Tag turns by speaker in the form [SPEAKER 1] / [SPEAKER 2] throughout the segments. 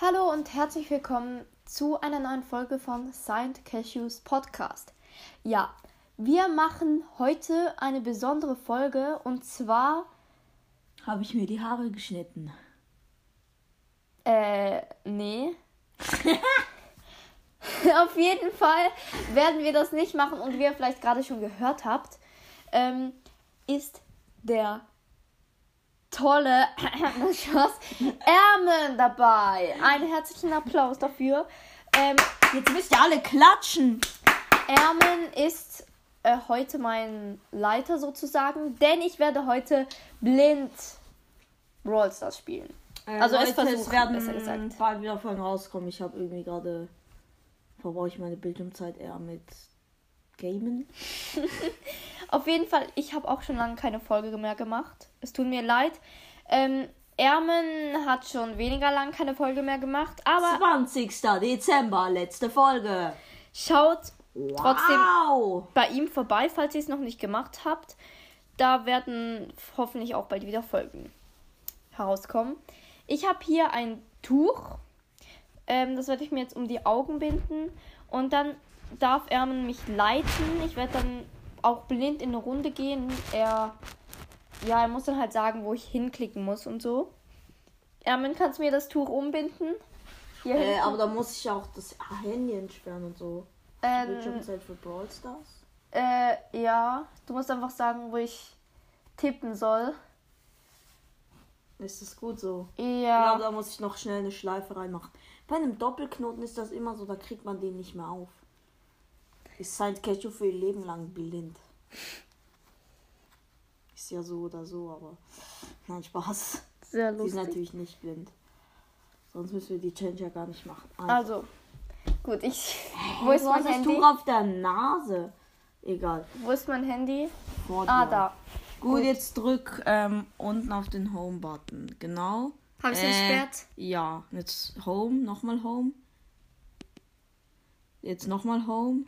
[SPEAKER 1] Hallo und herzlich willkommen zu einer neuen Folge von Saint Cashews Podcast. Ja, wir machen heute eine besondere Folge und zwar,
[SPEAKER 2] Habe ich mir die Haare geschnitten.
[SPEAKER 1] äh, nee. Auf jeden Fall werden wir das nicht machen und wie ihr vielleicht gerade schon gehört habt, ähm, ist der tolle Schuss Ermen dabei. Einen herzlichen Applaus dafür. Ähm,
[SPEAKER 2] Jetzt müsst ihr alle klatschen.
[SPEAKER 1] Ermen ist äh, heute mein Leiter sozusagen, denn ich werde heute blind Brawl Stars spielen. Also es versuchen,
[SPEAKER 2] Ähm, werden
[SPEAKER 1] besser gesagt.
[SPEAKER 2] bald wieder Folgen rauskommen. Ich habe irgendwie gerade verbrauche ich meine Bildschirmzeit eher mit Gamen.
[SPEAKER 1] Auf jeden Fall, ich habe auch schon lange keine Folge mehr gemacht. Es tut mir leid. Ähm, Ermen hat schon weniger lang keine Folge mehr gemacht, aber
[SPEAKER 2] 20. Dezember, letzte Folge.
[SPEAKER 1] schaut trotzdem
[SPEAKER 2] Wow.
[SPEAKER 1] bei ihm vorbei, falls ihr es noch nicht gemacht habt. Da werden hoffentlich auch bald wieder Folgen herauskommen. Ich habe hier ein Tuch. Ähm, das werde ich mir jetzt um die Augen binden. Und dann darf Ermen mich leiten. Ich werde dann auch blind in eine Runde gehen. Er, ja, er muss dann halt sagen, wo ich hinklicken muss und so. Ermen, kannst du mir das Tuch umbinden? Hier
[SPEAKER 2] Äh,
[SPEAKER 1] hinten.
[SPEAKER 2] aber da muss ich auch das Handy entsperren und so.
[SPEAKER 1] Ähm,
[SPEAKER 2] Bildschirmzeit für Brawl Stars.
[SPEAKER 1] Äh, ja. Du musst einfach sagen, wo ich tippen soll.
[SPEAKER 2] Ist das gut so? Ja,
[SPEAKER 1] Ja.
[SPEAKER 2] aber da muss ich noch schnell eine Schleife reinmachen. Bei einem Doppelknoten ist das immer so, da kriegt man den nicht mehr auf. Ist Saint Cashew für ihr Leben lang blind. Ist ja so oder so, aber. Nein, Spaß.
[SPEAKER 1] Sehr
[SPEAKER 2] Sie ist
[SPEAKER 1] lustig.
[SPEAKER 2] natürlich nicht blind. Sonst müssen wir die Change ja gar nicht machen. Also,
[SPEAKER 1] Also, gut, ich. Wo
[SPEAKER 2] wo
[SPEAKER 1] ist
[SPEAKER 2] ist
[SPEAKER 1] mein
[SPEAKER 2] das
[SPEAKER 1] Handy?
[SPEAKER 2] Tuch auf der Nase? Egal.
[SPEAKER 1] Wo ist mein Handy?
[SPEAKER 2] vor
[SPEAKER 1] Ah,
[SPEAKER 2] dir.
[SPEAKER 1] da.
[SPEAKER 2] Gut, jetzt drück ähm, unten auf den Home-Button. Genau.
[SPEAKER 1] Hab ich's entsperrt?
[SPEAKER 2] Ja, jetzt Home, nochmal Home. Jetzt nochmal Home.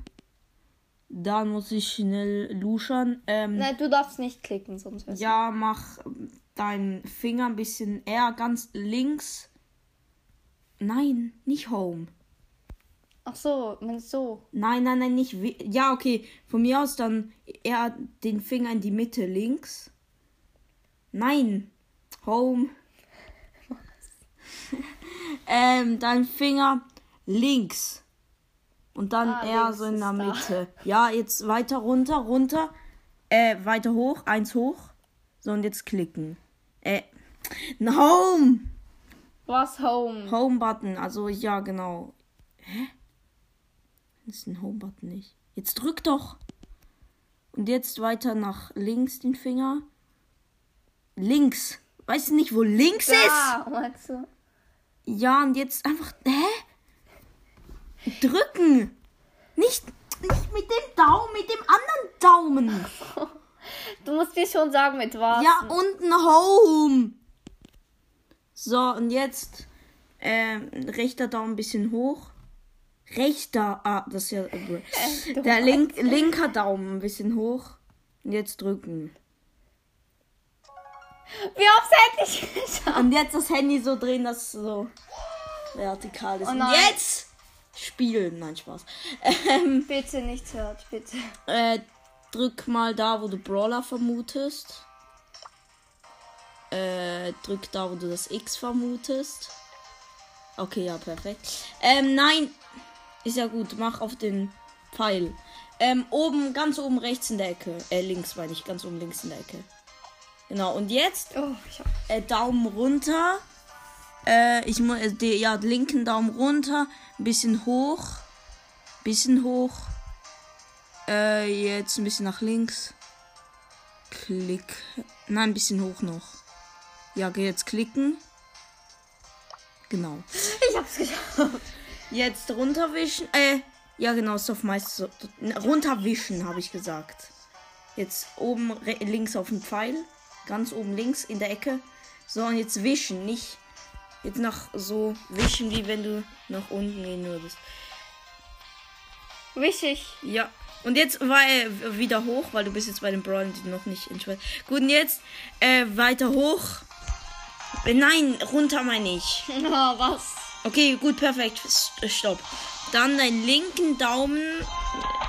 [SPEAKER 2] Dann muss ich schnell luschern. Ähm,
[SPEAKER 1] Nein, du darfst nicht klicken, sonst wär's.
[SPEAKER 2] ja, mach ähm, deinen Finger ein bisschen eher ganz links. Nein, nicht Home.
[SPEAKER 1] Ach so, meinst so.
[SPEAKER 2] Nein, nein, nein, nicht. wi- Ja, okay. Von mir aus dann eher den Finger in die Mitte links. Nein. Home. ähm, dein Finger links. Und dann
[SPEAKER 1] Ah,
[SPEAKER 2] eher
[SPEAKER 1] links
[SPEAKER 2] so in
[SPEAKER 1] ist da.
[SPEAKER 2] der Mitte. Ja, jetzt weiter runter, runter. Äh, weiter hoch, eins hoch. So, und jetzt klicken. Äh, n- Home.
[SPEAKER 1] Was home?
[SPEAKER 2] Home-Button, also ja, genau. Hä? Ist ein Home-Button nicht. Jetzt drück doch! Und jetzt weiter nach links den Finger. Links! Weißt du nicht, wo links ist?
[SPEAKER 1] Da, Ah, meinst du?
[SPEAKER 2] Ja, und jetzt einfach. Hä? Drücken! Nicht, nicht mit dem Daumen, mit dem anderen Daumen!
[SPEAKER 1] Du musst dir schon sagen, mit was.
[SPEAKER 2] Ja, unten Home. So, und jetzt ähm, rechter Daumen ein bisschen hoch. Rechter, ah, das ist ja.
[SPEAKER 1] Äh, du
[SPEAKER 2] Der link, linker Daumen ein bisschen hoch. Und jetzt drücken.
[SPEAKER 1] Wie oft hätte ich geschafft?
[SPEAKER 2] Und jetzt das Handy so drehen, dass es so vertikal ist.
[SPEAKER 1] Oh
[SPEAKER 2] und
[SPEAKER 1] nein.
[SPEAKER 2] jetzt spielen. Nein, Spaß. Ähm,
[SPEAKER 1] Bitte nichts hört, bitte.
[SPEAKER 2] äh, drück mal da, wo du Brawler vermutest. Äh, drück da, wo du das X vermutest. Okay, ja, perfekt. Ähm, nein. Ist ja gut. Mach auf den Pfeil. Ähm, oben, ganz oben rechts in der Ecke. Äh, links, meine ich. Ganz oben links in der Ecke. Genau, und jetzt
[SPEAKER 1] Oh, ich hab.
[SPEAKER 2] äh, Daumen runter. Äh, ich muss, äh, die- ja, linken Daumen runter. Ein bisschen hoch. Bisschen hoch. Äh, jetzt ein bisschen nach links. Klick. Nein, ein bisschen hoch noch. Ja, geh jetzt klicken. Genau.
[SPEAKER 1] Ich hab's geschafft.
[SPEAKER 2] Jetzt runterwischen. Äh, ja genau, ist auf meist so. Runterwischen, habe ich gesagt. Jetzt oben re- links auf dem Pfeil. Ganz oben links in der Ecke. So, und jetzt wischen, nicht. Jetzt nach so wischen, wie wenn du nach unten gehen würdest.
[SPEAKER 1] Wichtig.
[SPEAKER 2] Ja. Und jetzt war er wieder hoch, weil du bist jetzt bei den Brawlern, die du noch nicht entspannt. Gut, und jetzt äh, weiter hoch. Äh, Nein, runter meine ich.
[SPEAKER 1] Na, was?
[SPEAKER 2] Okay, gut, perfekt. S- Stopp. Dann deinen linken Daumen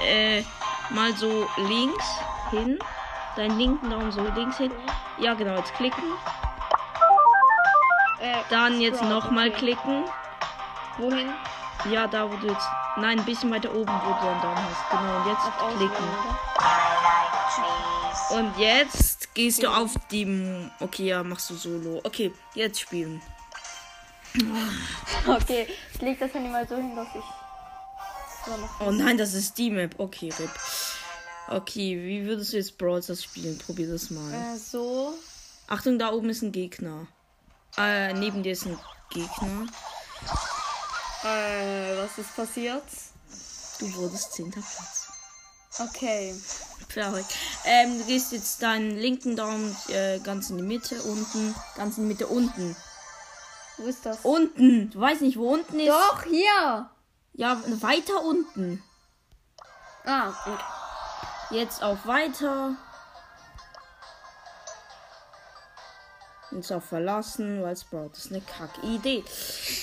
[SPEAKER 2] äh, mal so links hin. Deinen linken Daumen so links hin. Ja, genau, jetzt klicken.
[SPEAKER 1] Äh,
[SPEAKER 2] Dann jetzt
[SPEAKER 1] Sprout,
[SPEAKER 2] nochmal
[SPEAKER 1] okay.
[SPEAKER 2] klicken.
[SPEAKER 1] Wohin?
[SPEAKER 2] Ja, da wo du jetzt. Nein, ein bisschen weiter oben, wo du deinen Daumen hast. Genau, und jetzt
[SPEAKER 1] Auf Auswählen,
[SPEAKER 2] klicken.
[SPEAKER 1] oder?
[SPEAKER 2] Und jetzt gehst du auf die. M- Okay, ja, machst du solo. Okay, jetzt spielen.
[SPEAKER 1] Okay, ich leg das Handy mal so hin, dass ich. So noch-
[SPEAKER 2] Oh nein, das ist die Map. Okay, RIP. Okay, wie würdest du jetzt Brawl Stars spielen? Probier das mal.
[SPEAKER 1] Äh, so.
[SPEAKER 2] Achtung, da oben ist ein Gegner. Äh, neben dir ist ein Gegner.
[SPEAKER 1] Äh, was ist passiert?
[SPEAKER 2] Du wurdest 10. Platz.
[SPEAKER 1] Okay.
[SPEAKER 2] Perfekt. Ähm, du gehst jetzt deinen linken Daumen äh, ganz in die Mitte, unten. Ganz in die Mitte, unten.
[SPEAKER 1] Wo ist das?
[SPEAKER 2] Unten! Du weißt nicht, wo unten ist.
[SPEAKER 1] Doch, hier!
[SPEAKER 2] Ja, weiter unten.
[SPEAKER 1] Ah, okay.
[SPEAKER 2] Jetzt auf weiter. Jetzt auf verlassen, weil es braucht. Das ist eine Kack-Idee.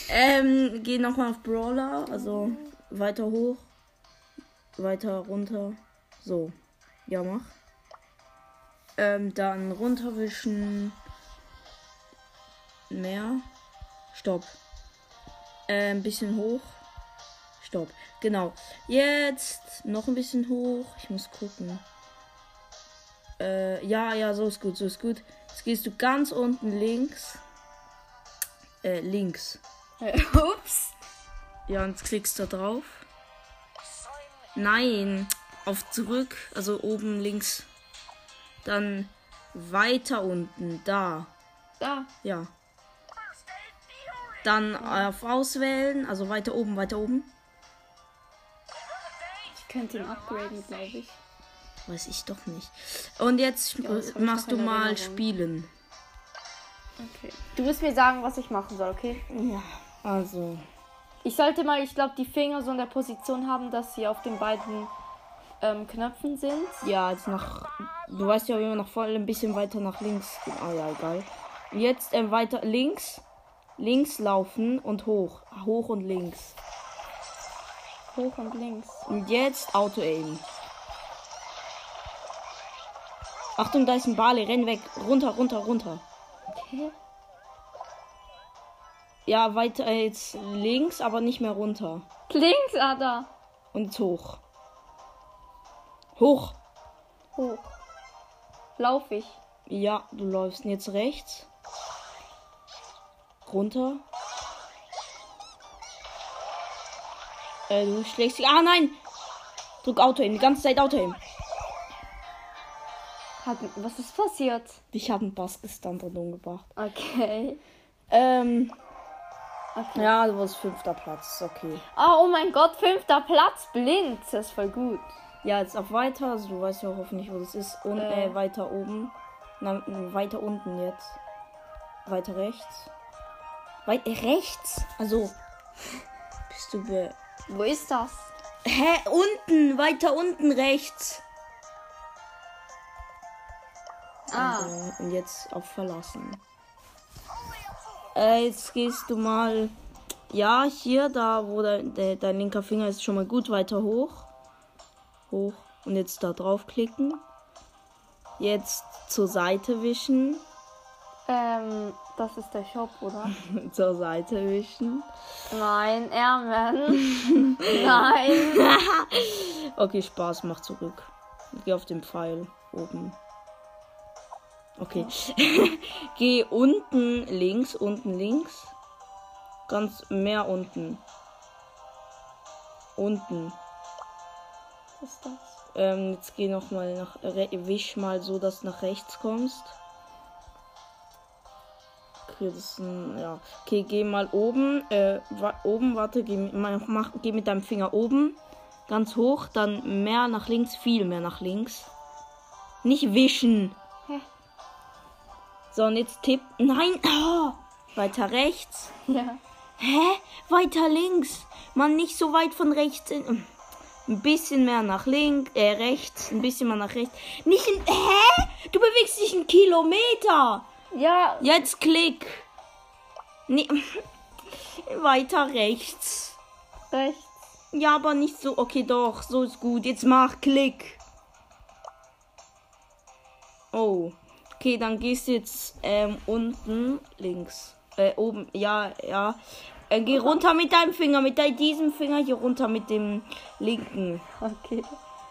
[SPEAKER 2] Ähm, geh nochmal auf Brawler. Also weiter hoch. Weiter runter. So. Ja, mach. Ähm, dann runterwischen. Mehr. Stopp. Äh, ein bisschen hoch. Stopp. Genau. Jetzt noch ein bisschen hoch. Ich muss gucken. Äh, ja, ja, so ist gut, so ist gut. Jetzt gehst du ganz unten links. Äh, links.
[SPEAKER 1] Äh, Ups.
[SPEAKER 2] Ja, und klickst da drauf. Nein, auf zurück, also oben links. Dann weiter unten, da.
[SPEAKER 1] Da.
[SPEAKER 2] Ja. Dann auf auswählen, also weiter oben, weiter oben.
[SPEAKER 1] Ich könnte ihn upgraden, glaube ich.
[SPEAKER 2] Weiß ich doch nicht. Und jetzt
[SPEAKER 1] Ja, das hab
[SPEAKER 2] äh,
[SPEAKER 1] ich
[SPEAKER 2] machst
[SPEAKER 1] doch
[SPEAKER 2] du
[SPEAKER 1] in
[SPEAKER 2] mal
[SPEAKER 1] Erinnerung.
[SPEAKER 2] spielen.
[SPEAKER 1] Okay. Du musst mir sagen, was ich machen soll, okay?
[SPEAKER 2] Ja, also.
[SPEAKER 1] Ich sollte mal, ich glaube, die Finger so in der Position haben, dass sie auf den beiden ähm, Knöpfen sind.
[SPEAKER 2] Ja, jetzt nach. Du weißt ja, wie man nach vorne ein bisschen weiter nach links geht. Ah ja, egal. Jetzt ähm, weiter links. Links laufen und hoch. Hoch und links.
[SPEAKER 1] Hoch und links.
[SPEAKER 2] Und jetzt Auto-Aim. Achtung, da ist ein Bale. Renn weg. Runter, runter, runter.
[SPEAKER 1] Okay.
[SPEAKER 2] Ja, weiter äh, jetzt links, aber nicht mehr runter.
[SPEAKER 1] Links, ah, da.
[SPEAKER 2] Und jetzt hoch. Hoch.
[SPEAKER 1] Hoch. Lauf ich.
[SPEAKER 2] Ja, du läufst Und jetzt rechts. Runter. Äh, du schlägst dich. Ah, nein! Drück Auto hin, die ganze Zeit Auto hin.
[SPEAKER 1] Hat, was ist passiert?
[SPEAKER 2] Ich habe einen Bass gestanden und umgebracht.
[SPEAKER 1] Okay.
[SPEAKER 2] Ähm,
[SPEAKER 1] okay.
[SPEAKER 2] ja, du warst fünfter Platz, ist okay.
[SPEAKER 1] Ah, oh mein Gott, fünfter Platz, blind. Das ist voll gut.
[SPEAKER 2] Ja, jetzt auf weiter. Also, du weißt ja hoffentlich, wo das ist. Und
[SPEAKER 1] Äh.
[SPEAKER 2] äh. weiter oben. Na, weiter unten jetzt. Weiter rechts. Weit rechts? Also, bist du be
[SPEAKER 1] Wo ist das?
[SPEAKER 2] Hä? Unten, weiter unten rechts.
[SPEAKER 1] Ah,
[SPEAKER 2] Also, und jetzt auf verlassen. Äh, jetzt gehst du mal. Ja, hier, da wo dein, de, dein linker Finger ist schon mal gut, weiter hoch. Hoch. Und jetzt da draufklicken. Jetzt zur Seite wischen.
[SPEAKER 1] ähm, das ist der Shop, oder?
[SPEAKER 2] zur Seite wischen.
[SPEAKER 1] Nein, Ärmel. Nein.
[SPEAKER 2] Okay, Spaß, mach zurück. Geh auf den Pfeil oben. Okay. Geh unten links, unten links. Ganz mehr unten. Unten.
[SPEAKER 1] Was ist das?
[SPEAKER 2] Ähm, jetzt geh noch mal nach re- wisch mal so, dass du nach rechts kommst. Okay, das ist ein, ja. Okay, geh mal oben, äh, wa oben, warte, geh, mit- mach, mach, geh mit deinem Finger oben, ganz hoch, dann mehr nach links, viel mehr nach links. Nicht wischen.
[SPEAKER 1] Hä?
[SPEAKER 2] So, und jetzt tipp, nein, ah, weiter rechts.
[SPEAKER 1] Ja.
[SPEAKER 2] Hä? Weiter links. Mann, nicht so weit von rechts. In, ein bisschen mehr nach links, äh, rechts, ein bisschen mehr nach rechts. Nicht ein, hä? Du bewegst dich einen Kilometer.
[SPEAKER 1] Ja,
[SPEAKER 2] Jetzt klick. Nee. Weiter rechts.
[SPEAKER 1] Rechts.
[SPEAKER 2] Ja, aber nicht so. Okay, doch, so ist gut. Jetzt mach Klick. Oh. Okay, dann gehst du jetzt ähm, unten links. Äh, oben. Ja, ja. Äh, geh runter mit deinem Finger, mit dein, diesem Finger hier runter mit dem linken.
[SPEAKER 1] Okay.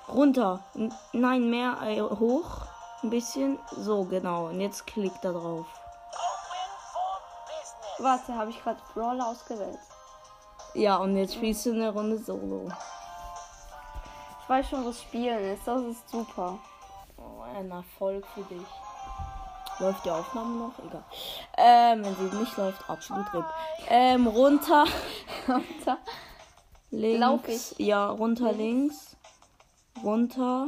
[SPEAKER 2] Runter. N nein, mehr äh, hoch. Ein bisschen. So, genau. Und jetzt klick da drauf.
[SPEAKER 1] Warte, habe ich gerade Brawler ausgewählt.
[SPEAKER 2] Ja, und jetzt spielst du eine Runde Solo.
[SPEAKER 1] Ich weiß schon, was Spielen ist. Das ist super.
[SPEAKER 2] Oh, ein Erfolg für dich. Läuft die Aufnahme noch? Egal. Ähm, wenn sie nicht läuft, absolut RIP. Ähm, runter.
[SPEAKER 1] Runter.
[SPEAKER 2] Links.
[SPEAKER 1] Lauf ich?
[SPEAKER 2] Ja, runter links. Runter.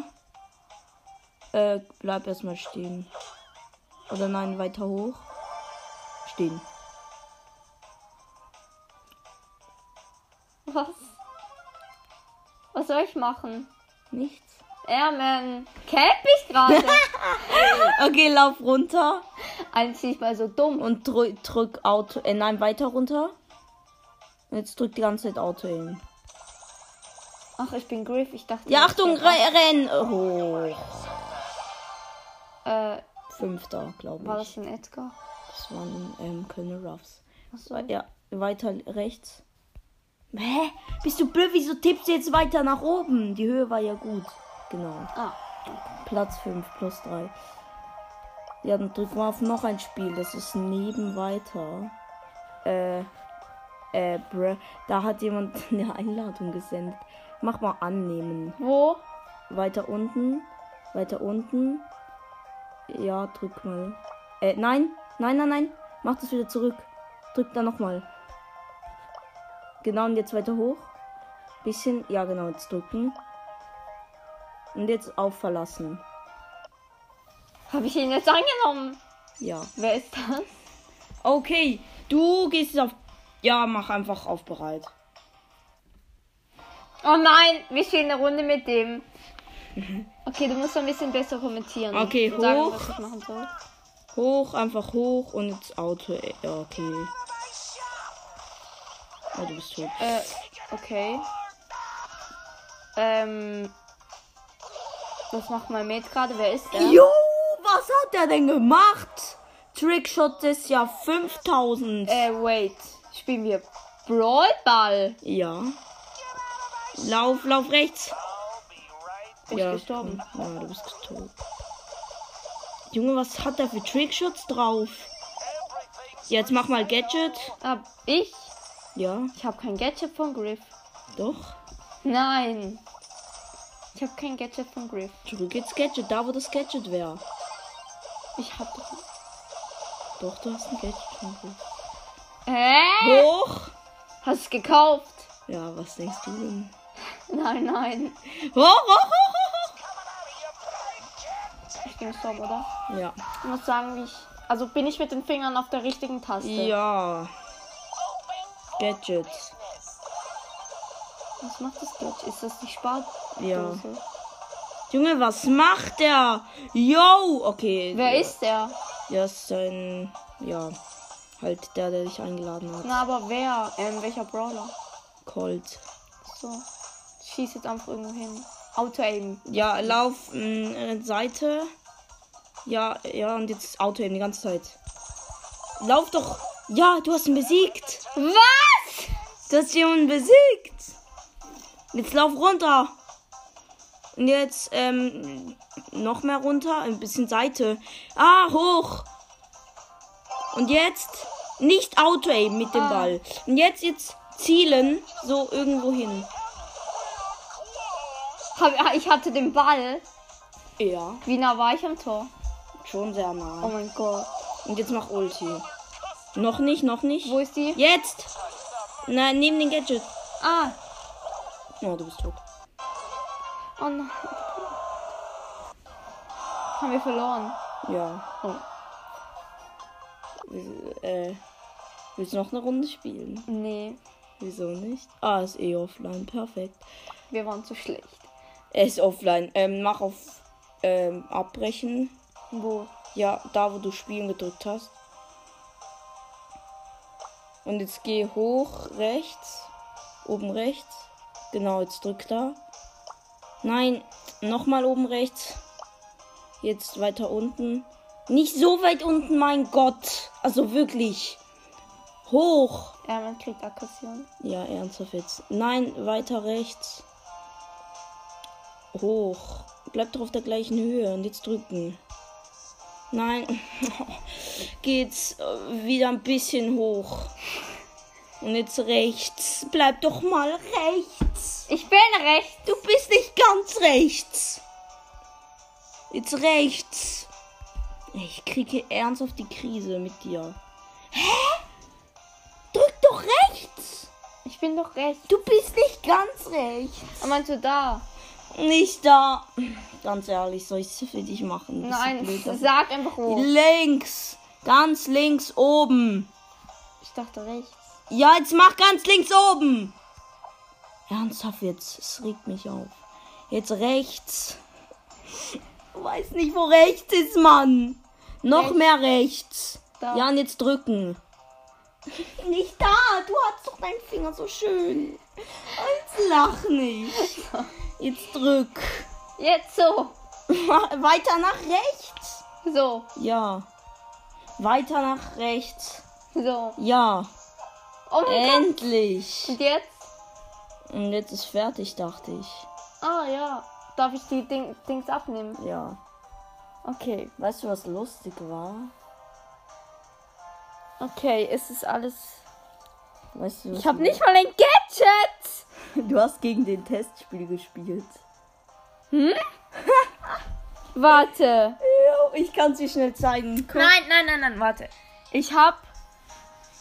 [SPEAKER 2] Äh, bleib erstmal stehen. Oder nein, weiter hoch. Stehen.
[SPEAKER 1] Was? Was soll ich machen?
[SPEAKER 2] Nichts.
[SPEAKER 1] Ärmeln. Käpp ich gerade?
[SPEAKER 2] Okay, lauf runter
[SPEAKER 1] Eigentlich nicht mal so dumm.
[SPEAKER 2] und drück, drück Auto. Äh, nein, weiter runter. Und jetzt drück die ganze Zeit Auto hin.
[SPEAKER 1] Ach, ich bin Griff. Ich dachte.
[SPEAKER 2] Ja,
[SPEAKER 1] ich
[SPEAKER 2] Achtung,
[SPEAKER 1] wär-
[SPEAKER 2] re renn! Oh,
[SPEAKER 1] Äh,
[SPEAKER 2] fünfter, glaube ich.
[SPEAKER 1] war das ein Edgar?
[SPEAKER 2] Das waren ähm, Kölner Ruffs.
[SPEAKER 1] Achso.
[SPEAKER 2] War- Ja, weiter rechts. Hä? Bist du blöd? Wieso tippst du jetzt weiter nach oben? Die Höhe war ja gut. Genau.
[SPEAKER 1] Ah.
[SPEAKER 2] Platz 5 plus 3. Ja, dann drück mal auf noch ein Spiel. Das ist neben weiter. Äh, äh, bruh. Da hat jemand eine Einladung gesendet. Mach mal annehmen.
[SPEAKER 1] Wo?
[SPEAKER 2] Weiter unten. Weiter unten. Ja, drück mal. Äh, nein. Nein, nein, nein. Mach das wieder zurück. Drück da nochmal. Genau, und jetzt weiter hoch. Bisschen. Ja, genau, jetzt drücken. Und jetzt auf verlassen.
[SPEAKER 1] Habe ich ihn jetzt angenommen?
[SPEAKER 2] Ja.
[SPEAKER 1] Wer ist das?
[SPEAKER 2] Okay, du gehst jetzt auf. Ja, mach einfach auf bereit.
[SPEAKER 1] Oh nein, wir spielen eine Runde mit dem. Okay, du musst ein bisschen besser kommentieren.
[SPEAKER 2] Okay,
[SPEAKER 1] Und sagen,
[SPEAKER 2] hoch.
[SPEAKER 1] was ich machen soll.
[SPEAKER 2] Hoch, einfach hoch und ins Auto. Äh, ja, Okay. Oh, du bist tot.
[SPEAKER 1] Äh, okay. Ähm. Was macht mein Mate gerade? Wer ist der?
[SPEAKER 2] Jo, was hat er denn gemacht? Trickshot des Jahr 5000.
[SPEAKER 1] Äh, wait. Spielen wir Brawlball?
[SPEAKER 2] Ja. Lauf, lauf rechts.
[SPEAKER 1] Bin
[SPEAKER 2] ja.
[SPEAKER 1] ich gestorben?
[SPEAKER 2] komm. Ja, du bist tot. Junge, was hat er für Trickshots drauf? Jetzt mach mal Gadget.
[SPEAKER 1] Ah, ich?
[SPEAKER 2] Ja,
[SPEAKER 1] Ich habe kein Gadget von Griff.
[SPEAKER 2] doch.
[SPEAKER 1] Nein. Ich habe kein Gadget von Griff.
[SPEAKER 2] Drück jetzt Gadget, da wo das Gadget wäre.
[SPEAKER 1] Ich hab doch.
[SPEAKER 2] Doch, du hast ein Gadget. schon gut.
[SPEAKER 1] Hä?
[SPEAKER 2] Hoch!
[SPEAKER 1] Hast du gekauft?
[SPEAKER 2] Ja, was denkst du denn?
[SPEAKER 1] Nein, nein.
[SPEAKER 2] Hoch, hoch, hoch,
[SPEAKER 1] Ich bin gestorben, oder?
[SPEAKER 2] hoch, hoch. Ja.
[SPEAKER 1] Ich muss sagen, wie ich. Also bin ich mit den Fingern auf der richtigen Taste.
[SPEAKER 2] Ja. Gadgets.
[SPEAKER 1] Was macht das Glitch? Ist das die Spardose?
[SPEAKER 2] Ja. Junge, was macht der? Yo! Okay.
[SPEAKER 1] Wer
[SPEAKER 2] ja.
[SPEAKER 1] ist der?
[SPEAKER 2] Ja, ist sein. Ja. Halt der, der dich eingeladen hat.
[SPEAKER 1] Na, aber wer? Ähm, welcher Brawler?
[SPEAKER 2] Colt.
[SPEAKER 1] So. Schieß jetzt einfach irgendwo hin. Auto-Aim.
[SPEAKER 2] Ja, lauf mh, äh, Seite. Ja, ja, und jetzt Auto eben die ganze Zeit. Lauf doch! Ja, du hast ihn besiegt!
[SPEAKER 1] Was?
[SPEAKER 2] Du hast jemanden besiegt! Jetzt lauf runter! Und jetzt, ähm, noch mehr runter, ein bisschen Seite. Ah, hoch! Und jetzt nicht Auto eben mit dem
[SPEAKER 1] Ah.
[SPEAKER 2] Ball. Und jetzt, jetzt zielen, so irgendwo hin.
[SPEAKER 1] Hab, ah, ich hatte den Ball.
[SPEAKER 2] Ja,
[SPEAKER 1] Wie nah war ich am Tor?
[SPEAKER 2] schon sehr
[SPEAKER 1] Oh
[SPEAKER 2] nah.
[SPEAKER 1] mein Gott.
[SPEAKER 2] Und jetzt mach Ulti. Noch nicht, noch nicht.
[SPEAKER 1] Wo ist die?
[SPEAKER 2] Jetzt! Na, neben den Gadget.
[SPEAKER 1] Ah.
[SPEAKER 2] Oh, du bist tot.
[SPEAKER 1] Oh nein. Haben wir verloren.
[SPEAKER 2] Ja.
[SPEAKER 1] Oh.
[SPEAKER 2] Äh, willst du noch eine Runde spielen?
[SPEAKER 1] Nee.
[SPEAKER 2] Wieso nicht? Ah, ist eh offline. Perfekt.
[SPEAKER 1] Wir waren zu schlecht.
[SPEAKER 2] Er ist offline. Ähm, mach auf ähm, Abbrechen.
[SPEAKER 1] Wo?
[SPEAKER 2] Ja, da wo du Spielen gedrückt hast. Und jetzt geh hoch, rechts, oben rechts. Genau, jetzt drück da. Nein, nochmal oben rechts. Jetzt weiter unten. Nicht so weit unten, mein Gott. Also wirklich. Hoch.
[SPEAKER 1] Ja, man kriegt Aggression.
[SPEAKER 2] Ja, ernsthaft jetzt. Nein, weiter rechts. Hoch. Bleibt doch auf der gleichen Höhe und jetzt drücken. Nein. Geht's äh, wieder ein bisschen hoch. Und jetzt rechts. Bleib doch mal rechts.
[SPEAKER 1] Ich bin recht.
[SPEAKER 2] Du bist nicht ganz rechts. Jetzt rechts. Ich kriege ernsthaft die Krise mit dir. Hä? Drück doch rechts.
[SPEAKER 1] Ich bin doch recht.
[SPEAKER 2] Du bist nicht ganz rechts.
[SPEAKER 1] Aber meinst du da?
[SPEAKER 2] Nicht da. Ganz ehrlich, soll ich es für dich machen? Bist du
[SPEAKER 1] Nein,
[SPEAKER 2] blöd, dass-
[SPEAKER 1] sag einfach wo.
[SPEAKER 2] Links. Ganz links oben.
[SPEAKER 1] Ich dachte rechts.
[SPEAKER 2] Ja, jetzt mach ganz links oben. Ernsthaft jetzt. Es regt mich auf. Jetzt rechts. Ich weiß nicht, wo rechts ist, Mann. Noch
[SPEAKER 1] Rechts.
[SPEAKER 2] mehr rechts.
[SPEAKER 1] Da.
[SPEAKER 2] Ja, und jetzt drücken. Nicht da. Du hast doch deinen Finger so schön. Jetzt lach nicht. Jetzt drück.
[SPEAKER 1] Jetzt so.
[SPEAKER 2] Weiter nach rechts.
[SPEAKER 1] So.
[SPEAKER 2] Ja. Weiter nach rechts.
[SPEAKER 1] So.
[SPEAKER 2] Ja.
[SPEAKER 1] Oh mein Gott.
[SPEAKER 2] Endlich.
[SPEAKER 1] Und jetzt?
[SPEAKER 2] Und jetzt ist fertig, dachte ich.
[SPEAKER 1] Ah ja. Darf ich die Ding Dings abnehmen?
[SPEAKER 2] Ja.
[SPEAKER 1] Okay.
[SPEAKER 2] Weißt du, was lustig war?
[SPEAKER 1] Okay, es ist alles.
[SPEAKER 2] Weißt du, was
[SPEAKER 1] Ich habe nicht mal ein Gadget.
[SPEAKER 2] Du hast gegen den Testspiel gespielt.
[SPEAKER 1] Warte.
[SPEAKER 2] Ja, ich kann es dir schnell zeigen. Guck.
[SPEAKER 1] Nein, nein, nein, nein, warte. Ich habe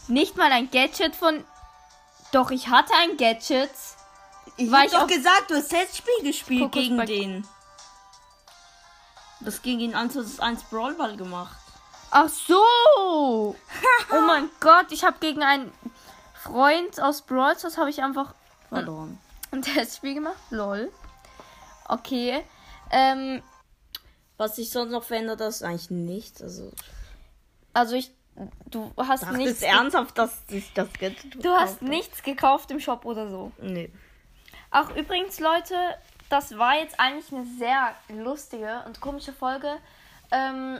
[SPEAKER 1] nicht mal ein Gadget von. Doch, ich hatte ein Gadget.
[SPEAKER 2] ich
[SPEAKER 1] war
[SPEAKER 2] hab
[SPEAKER 1] ich
[SPEAKER 2] doch
[SPEAKER 1] auf-
[SPEAKER 2] gesagt, du hast Testspiel gespielt
[SPEAKER 1] Guck, guck,
[SPEAKER 2] gegen
[SPEAKER 1] bei-
[SPEAKER 2] den. Das ging ihn 1 vs 1 Brawlball gemacht.
[SPEAKER 1] Ach so! oh mein Gott, ich habe gegen einen Freund aus Brawl Stars habe ich einfach
[SPEAKER 2] Verloren.
[SPEAKER 1] ein Testspiel gemacht. Lol. Okay. Ähm,
[SPEAKER 2] Was sich sonst noch verändert, das ist eigentlich nichts. Also,
[SPEAKER 1] also ich. Du hast nichts.
[SPEAKER 2] dachtest ernsthaft, dass sich das Gadget
[SPEAKER 1] Du hast
[SPEAKER 2] gekauft hat?
[SPEAKER 1] nichts gekauft im Shop oder so.
[SPEAKER 2] Nee.
[SPEAKER 1] Ach, übrigens, Leute, das war jetzt eigentlich eine sehr lustige und komische Folge. Ähm,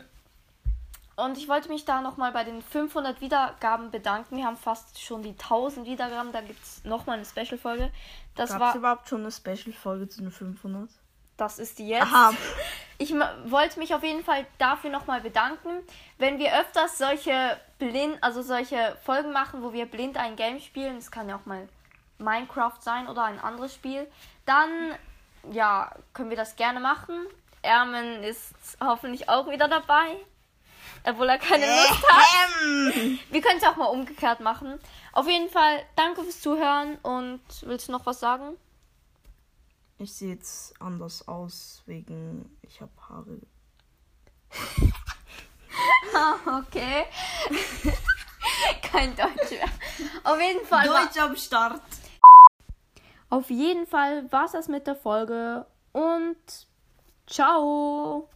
[SPEAKER 1] und ich wollte mich da nochmal bei den 500 Wiedergaben bedanken. Wir haben fast schon die 1000 Wiedergaben. Da gibt es nochmal eine Special-Folge. Das
[SPEAKER 2] Gab's
[SPEAKER 1] war.
[SPEAKER 2] überhaupt schon eine Special-Folge zu den 500?
[SPEAKER 1] Das ist die jetzt. Ich ma- wollte mich auf jeden Fall dafür nochmal bedanken. Wenn wir öfters solche blind, also solche Folgen machen, wo wir blind ein Game spielen, das kann ja auch mal Minecraft sein oder ein anderes Spiel, dann ja, können wir das gerne machen. Ermen ist hoffentlich auch wieder dabei. Obwohl er keine Lust hat. Ähm! Wir können es auch mal umgekehrt machen. Auf jeden Fall, danke fürs Zuhören und willst du noch was sagen?
[SPEAKER 2] Ich sehe jetzt anders aus, wegen ich habe Haare.
[SPEAKER 1] Okay. Kein Deutsch mehr. Auf jeden Fall. War,
[SPEAKER 2] am Start.
[SPEAKER 1] auf jeden Fall war's das mit der Folge und ciao.